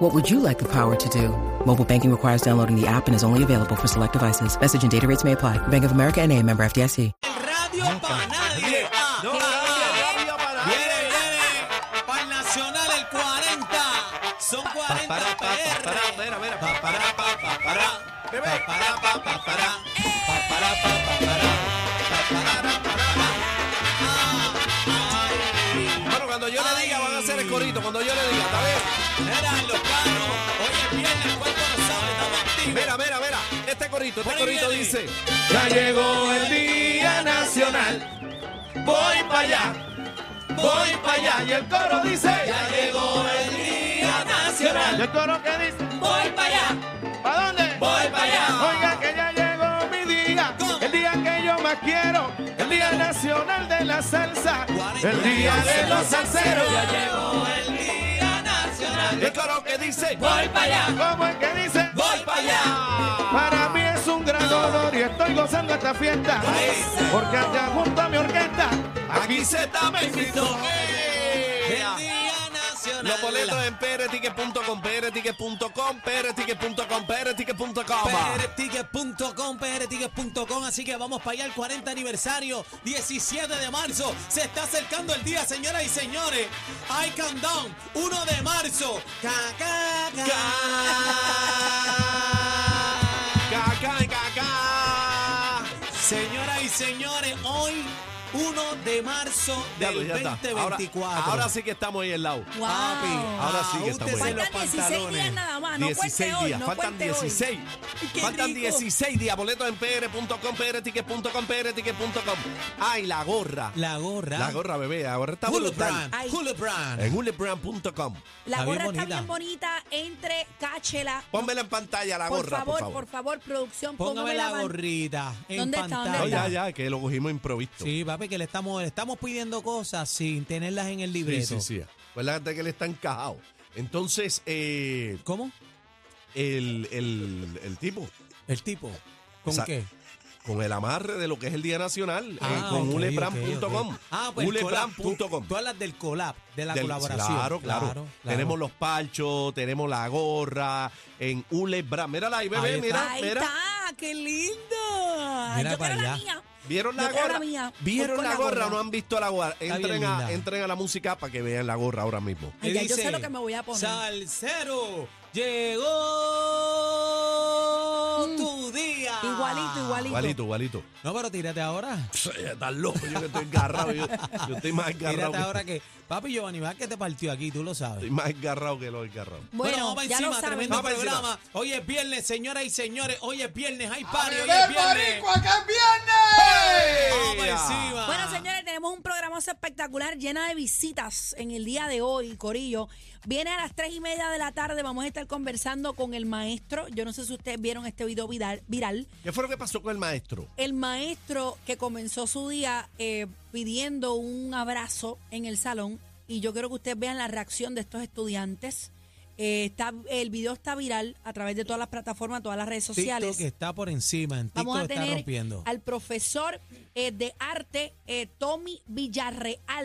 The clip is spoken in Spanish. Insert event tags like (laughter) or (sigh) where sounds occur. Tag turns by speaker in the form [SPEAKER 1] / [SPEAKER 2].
[SPEAKER 1] What would you like the power to do? Mobile banking requires downloading the app and is only available for select devices. Message and data rates may apply. Bank of America and a member FDIC.
[SPEAKER 2] Radio para nadie. Ah,
[SPEAKER 3] No,
[SPEAKER 2] ah,
[SPEAKER 3] gracias, radio para
[SPEAKER 2] viene,
[SPEAKER 3] nadie.
[SPEAKER 2] viene. Para Nacional el 40. Son 40
[SPEAKER 3] Para,
[SPEAKER 2] PR.
[SPEAKER 3] para, para, mira, mira,
[SPEAKER 2] Pa,
[SPEAKER 3] pa,
[SPEAKER 2] para, pa, pa, para.
[SPEAKER 3] Bebé.
[SPEAKER 2] Pa, para, pa, pa, para. Pa, para, pa, pa,
[SPEAKER 3] Eh.
[SPEAKER 2] para. Pa, para, pa, para. Ah, ay.
[SPEAKER 3] Bueno, cuando yo le diga van a hacer el corito, cuando yo le diga, ¿está bien?
[SPEAKER 2] Mira, los carros. Hoy es viernes, pues, el cuerpo lo sabe, estamos activos.
[SPEAKER 3] Mira, mira, mira, este corito, este
[SPEAKER 2] Ahí
[SPEAKER 3] corito
[SPEAKER 2] viene.
[SPEAKER 3] dice. Ya llegó el Día Nacional, voy para allá, voy para allá. Y el coro dice.
[SPEAKER 2] Ya llegó el día
[SPEAKER 3] Y
[SPEAKER 2] nacional.
[SPEAKER 3] el coro que dice,
[SPEAKER 2] Voy para allá.
[SPEAKER 3] ¿para dónde?
[SPEAKER 2] Voy para allá.
[SPEAKER 3] Oiga que ya llegó mi día,
[SPEAKER 2] ¿Cómo?
[SPEAKER 3] el día que yo más quiero, el Día Nacional de la Salsa, el
[SPEAKER 2] Cuarenta
[SPEAKER 3] Día
[SPEAKER 2] días
[SPEAKER 3] de
[SPEAKER 2] en
[SPEAKER 3] los
[SPEAKER 2] los
[SPEAKER 3] Salseros.
[SPEAKER 2] Ya llegó el día nacional.
[SPEAKER 3] El coro que dice,
[SPEAKER 2] Voy para allá.
[SPEAKER 3] ¿cómo es que dice?
[SPEAKER 2] Voy para allá.
[SPEAKER 3] Para mí es un gran honor y estoy gozando esta fiesta, porque allá junto a mi orquesta, aquí se está México.
[SPEAKER 2] El día nacional.
[SPEAKER 3] Los boletos en prticket.com, prticket.com, prticket.com, prticket.com.
[SPEAKER 2] E PRTicket.com, PRTicket.com, E así que vamos para allá el 40 aniversario, 17 de marzo, se está acercando el día, señoras y señores. Hay countdown, 1 de marzo. Ca, ca, ca.
[SPEAKER 3] Cacá, cacá.
[SPEAKER 2] (laughs) Señoras y señores, hoy 1 de marzo
[SPEAKER 3] Ya,
[SPEAKER 2] del
[SPEAKER 3] ya está. Ahora-
[SPEAKER 2] 2024.
[SPEAKER 3] Ahora, sí que estamos ahí al lado.
[SPEAKER 4] Wow.
[SPEAKER 2] Papi,
[SPEAKER 3] Ahora sí que estamos
[SPEAKER 2] ajútese
[SPEAKER 3] ahí.
[SPEAKER 2] los
[SPEAKER 4] Faltan 16 días
[SPEAKER 2] pantalones.
[SPEAKER 4] nada más, Ah, no cuente
[SPEAKER 3] 16
[SPEAKER 4] hoy,
[SPEAKER 3] días,
[SPEAKER 4] no
[SPEAKER 3] faltan
[SPEAKER 4] cuente hoy.
[SPEAKER 3] 16.
[SPEAKER 4] Qué
[SPEAKER 3] faltan
[SPEAKER 4] rico.
[SPEAKER 3] 16 días. Boletos en pr.com, prticket.com, prticket.com. Ay, la gorra.
[SPEAKER 2] La gorra.
[SPEAKER 3] La gorra, bebé. Ahora está
[SPEAKER 2] Hula
[SPEAKER 3] brutal.
[SPEAKER 2] Brand.
[SPEAKER 4] Ay.
[SPEAKER 2] Hula Brand.
[SPEAKER 3] En hulebrand.com.
[SPEAKER 4] La
[SPEAKER 2] Está bien
[SPEAKER 4] gorra está
[SPEAKER 2] bonita.
[SPEAKER 4] bien bonita, entre, cáchela.
[SPEAKER 3] Pónmela en pantalla la
[SPEAKER 4] Por
[SPEAKER 3] gorra,
[SPEAKER 4] favor,
[SPEAKER 3] por favor.
[SPEAKER 4] producción,
[SPEAKER 2] Póngame
[SPEAKER 4] póngame
[SPEAKER 2] la
[SPEAKER 4] man-
[SPEAKER 2] gorrita en
[SPEAKER 4] ¿Dónde está?
[SPEAKER 2] pantalla.
[SPEAKER 4] ¿Dónde
[SPEAKER 3] No, ya,
[SPEAKER 4] está?
[SPEAKER 3] ya, que lo cogimos improvisto.
[SPEAKER 2] Sí, papi, que le estamos, le estamos pidiendo cosas sin tenerlas en el
[SPEAKER 3] sí,
[SPEAKER 2] libreto.
[SPEAKER 3] sí. sí. Acuérdate que él está encajado. Entonces, eh,
[SPEAKER 2] ¿Cómo?
[SPEAKER 3] el, el, el tipo
[SPEAKER 2] El tipo. ¿Con
[SPEAKER 3] Esa-
[SPEAKER 2] qué?
[SPEAKER 3] con el amarre de lo que es el Día Nacional, eh,
[SPEAKER 2] Ah,
[SPEAKER 3] con
[SPEAKER 2] ok,
[SPEAKER 3] hulebrand.com.
[SPEAKER 2] ok, ok. Ah, pues el collab. Tú-
[SPEAKER 3] hulebrand.com.
[SPEAKER 2] Tú hablas del collab, de la
[SPEAKER 3] Del-
[SPEAKER 2] colaboración.
[SPEAKER 3] Claro, claro, Tenemos los palchos, tenemos la gorra, en Ulebran. Mírala ahí, bebé,
[SPEAKER 2] Ahí
[SPEAKER 3] mira,
[SPEAKER 4] Ahí
[SPEAKER 3] mira.
[SPEAKER 4] está, qué linda.
[SPEAKER 2] Mira
[SPEAKER 4] Yo
[SPEAKER 2] para
[SPEAKER 4] quiero la
[SPEAKER 2] allá.
[SPEAKER 4] mía.
[SPEAKER 3] ¿Vieron
[SPEAKER 4] Yo
[SPEAKER 3] la
[SPEAKER 4] quiero
[SPEAKER 3] gorra?
[SPEAKER 4] la mía. Voy
[SPEAKER 3] ¿Vieron
[SPEAKER 4] con
[SPEAKER 3] la
[SPEAKER 4] la
[SPEAKER 3] gorra
[SPEAKER 4] gorra.
[SPEAKER 3] o no han visto la gorra?
[SPEAKER 2] bien
[SPEAKER 3] Entren a,
[SPEAKER 2] linda.
[SPEAKER 3] entren a la música para que vean la gorra ahora mismo.
[SPEAKER 4] Ay, ya yo sé lo que me voy a poner.
[SPEAKER 2] Salcero, llegó
[SPEAKER 4] Mm.
[SPEAKER 2] tu día.
[SPEAKER 4] Igualito, igualito.
[SPEAKER 3] Ah, Igualito, igualito.
[SPEAKER 2] No, pero tírate ahora.
[SPEAKER 3] Sí, Estás loco, yo que estoy engarrado. Yo, yo estoy más engarrado.
[SPEAKER 2] Tírate
[SPEAKER 3] que-
[SPEAKER 2] ahora que. Papi Giovanni Vázquez te partió aquí, tú lo sabes.
[SPEAKER 3] Estoy más engarrado que los engarrados.
[SPEAKER 4] Bueno,
[SPEAKER 2] vamos
[SPEAKER 4] ya
[SPEAKER 2] encima,
[SPEAKER 4] lo saben.
[SPEAKER 2] tremendo
[SPEAKER 3] Vamos encima.
[SPEAKER 2] programa. Hoy es viernes, señoras y señores. Hoy es viernes, hay
[SPEAKER 3] ¡A
[SPEAKER 2] party, hoy es
[SPEAKER 3] beber,
[SPEAKER 2] viernes.
[SPEAKER 3] boricua, que es viernes!
[SPEAKER 2] Vamos encima.
[SPEAKER 4] Bueno, señores, tenemos un programa espectacular llena de visitas en el día de hoy, Corillo. Viene a las tres y media de la tarde, vamos a estar conversando con el maestro. Yo no sé si ustedes vieron este video viral. viral.
[SPEAKER 3] ¿Qué fue lo que pasó con el maestro?
[SPEAKER 4] El maestro que comenzó su día eh, pidiendo un abrazo en el salón, y yo quiero que ustedes vean la reacción de estos estudiantes. Eh, está, el video está viral a través de todas las plataformas, todas las redes sociales.
[SPEAKER 2] TikTok está por encima, en TikTok
[SPEAKER 4] Vamos a
[SPEAKER 2] está
[SPEAKER 4] tener
[SPEAKER 2] rompiendo.
[SPEAKER 4] al profesor eh, de arte eh, Tommy Villarreal.